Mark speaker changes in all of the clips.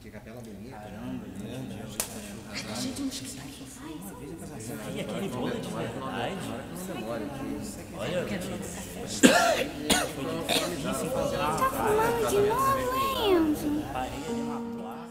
Speaker 1: que capela bonita.
Speaker 2: Caramba,
Speaker 3: A gente não esquece.
Speaker 2: E aquele bolo de verdade. Olha, foi difícil encontrar uma placa.
Speaker 4: Mano, de novo, hein, Enzo?
Speaker 2: Parede de uma placa.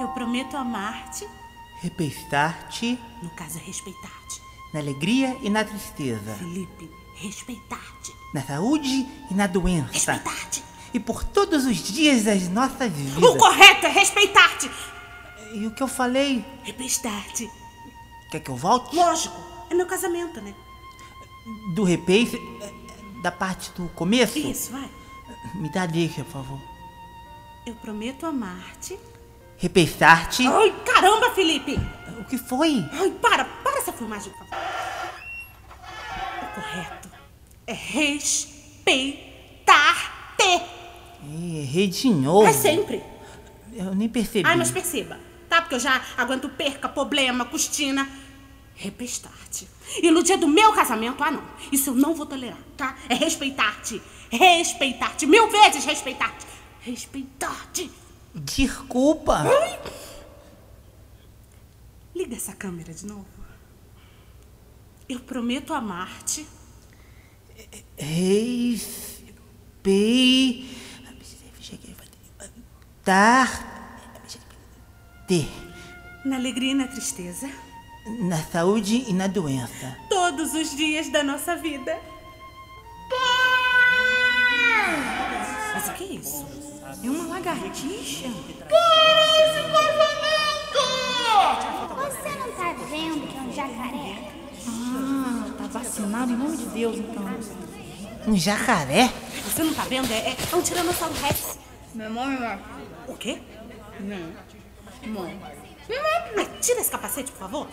Speaker 3: Eu prometo amar-te,
Speaker 5: Respeitar-te
Speaker 3: no caso é respeitar-te.
Speaker 5: na alegria e na tristeza,
Speaker 3: Felipe, respeitar-te.
Speaker 5: na saúde e na doença,
Speaker 3: Respeitar-te.
Speaker 5: e por todos os dias das nossas
Speaker 3: O
Speaker 5: vidas.
Speaker 3: correto é respeitar-te.
Speaker 5: E o que eu falei?
Speaker 3: Respeitar-te.
Speaker 5: Quer que eu volte?
Speaker 3: Lógico, é meu casamento, né?
Speaker 5: Do repente, da parte do começo?
Speaker 3: Isso, vai.
Speaker 5: Me dá deixa, por favor.
Speaker 3: Eu prometo amar-te.
Speaker 5: Respeitar-te.
Speaker 3: Ai, caramba, Felipe!
Speaker 5: O que foi?
Speaker 3: Ai, para, para essa filmagem, por favor. O correto é respeitar-te.
Speaker 5: Ih, errei de novo.
Speaker 3: É sempre.
Speaker 5: Eu nem percebi.
Speaker 3: Ai, mas perceba, tá? Porque eu já aguento perca, problema, costina. Respeitar-te. E no dia do meu casamento, ah não, isso eu não vou tolerar, tá? É respeitar-te. Respeitar-te. Mil vezes respeitar-te. Respeitar-te.
Speaker 5: Desculpa.
Speaker 3: Ah. Liga essa câmera de novo. Eu prometo amar-te.
Speaker 5: Respei. Tar. Te.
Speaker 3: Na alegria e na tristeza.
Speaker 5: Na saúde e na doença.
Speaker 3: Todos os dias da nossa vida. Mas o que é isso?
Speaker 6: É uma lagartixa?
Speaker 4: Você não tá vendo que é um jacaré?
Speaker 6: Ah, tá
Speaker 3: Assim,
Speaker 6: vacinado em nome de Deus, então.
Speaker 5: Um jacaré?
Speaker 3: Você não tá vendo? É, é- é um tiranossauro rex.
Speaker 6: Meu nome é...
Speaker 3: O quê? Não. Mãe. Ai, tira esse capacete, por favor.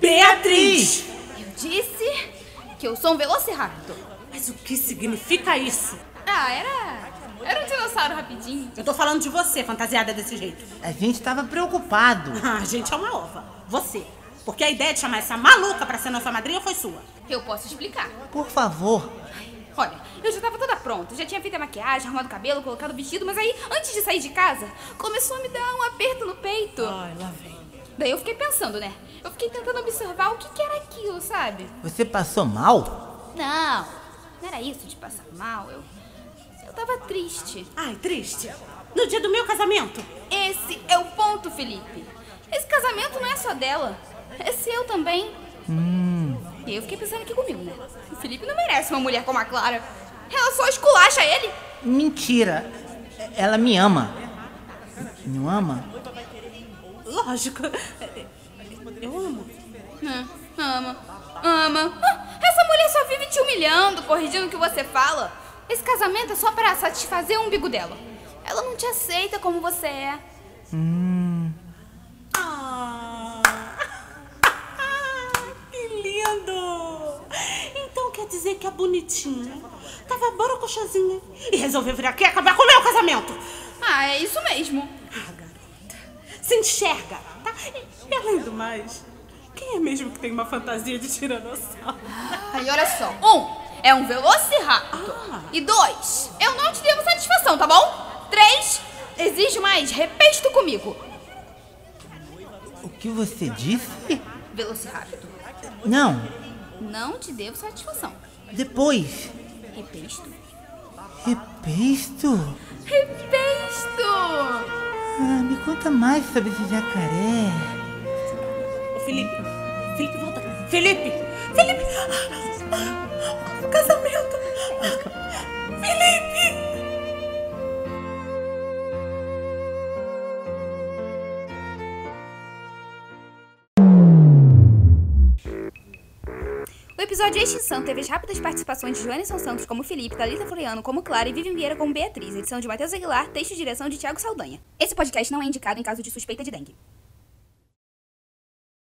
Speaker 3: Beatriz!
Speaker 7: Eu disse que eu sou um velociraptor.
Speaker 3: Mas o que significa isso?
Speaker 7: Ah, era. Era um dinossauro rapidinho.
Speaker 3: Eu tô falando de você, fantasiada desse jeito.
Speaker 5: A gente tava preocupado.
Speaker 3: Ah, gente, é uma ova. Você. Porque a ideia de chamar essa maluca pra ser nossa madrinha foi sua.
Speaker 7: Eu posso explicar.
Speaker 5: Por favor.
Speaker 7: Olha, eu já tava toda pronta, já tinha feito a maquiagem, arrumado o cabelo, colocado o vestido, mas aí, antes de sair de casa, começou a me dar um aperto no peito.
Speaker 6: Ai, lá vem.
Speaker 7: Daí eu fiquei pensando, né? Eu fiquei tentando observar o que, que era aquilo, sabe?
Speaker 5: Você passou mal?
Speaker 7: Não, não era isso de passar mal. Eu. Eu tava triste.
Speaker 3: Ai, triste. No dia do meu casamento.
Speaker 7: Esse é o ponto, Felipe. Esse casamento não é só dela. É seu também. E aí eu fiquei pensando aqui comigo, né? O Felipe não merece uma mulher como a Clara. Ela só esculacha ele.
Speaker 5: Mentira. Ela me ama. Não ama?
Speaker 3: Lógico. Eu amo.
Speaker 7: Ah, ama, ama. Ah, Essa mulher só vive te humilhando, corrigindo o que você fala. Esse casamento é só pra satisfazer o umbigo dela. Ela não te aceita como você é.
Speaker 3: Ah, que lindo! Então quer dizer que a bonitinha tava borocochazinha né? e resolveu vir aqui acabar com o meu casamento. Ah,
Speaker 7: Ah, é isso mesmo.
Speaker 3: Se enxerga, tá? E, e além do mais, quem é mesmo que tem uma fantasia de tiranossauro?
Speaker 7: Aí olha só. Um, é um velociraptor.
Speaker 3: Ah.
Speaker 7: E dois, eu não te devo satisfação, tá bom? Três, exige mais respeito comigo.
Speaker 5: O que você disse?
Speaker 7: Velociraptor,
Speaker 5: Não.
Speaker 7: não te devo satisfação.
Speaker 5: Depois.
Speaker 7: Repesto?
Speaker 5: Repesto?
Speaker 7: Repesto!
Speaker 5: Ah, me conta mais sobre esse jacaré.
Speaker 3: Ô, Felipe, Felipe, volta. Felipe, Felipe! O casamento! Felipe!
Speaker 7: O episódio de Extinção teve as rápidas participações de Joanisson Santos como Felipe, Thalita Floriano como Clara e Vivian Vieira como Beatriz, edição de Matheus Aguilar, texto e direção de Tiago Saldanha. Esse podcast não é indicado em caso de suspeita de dengue.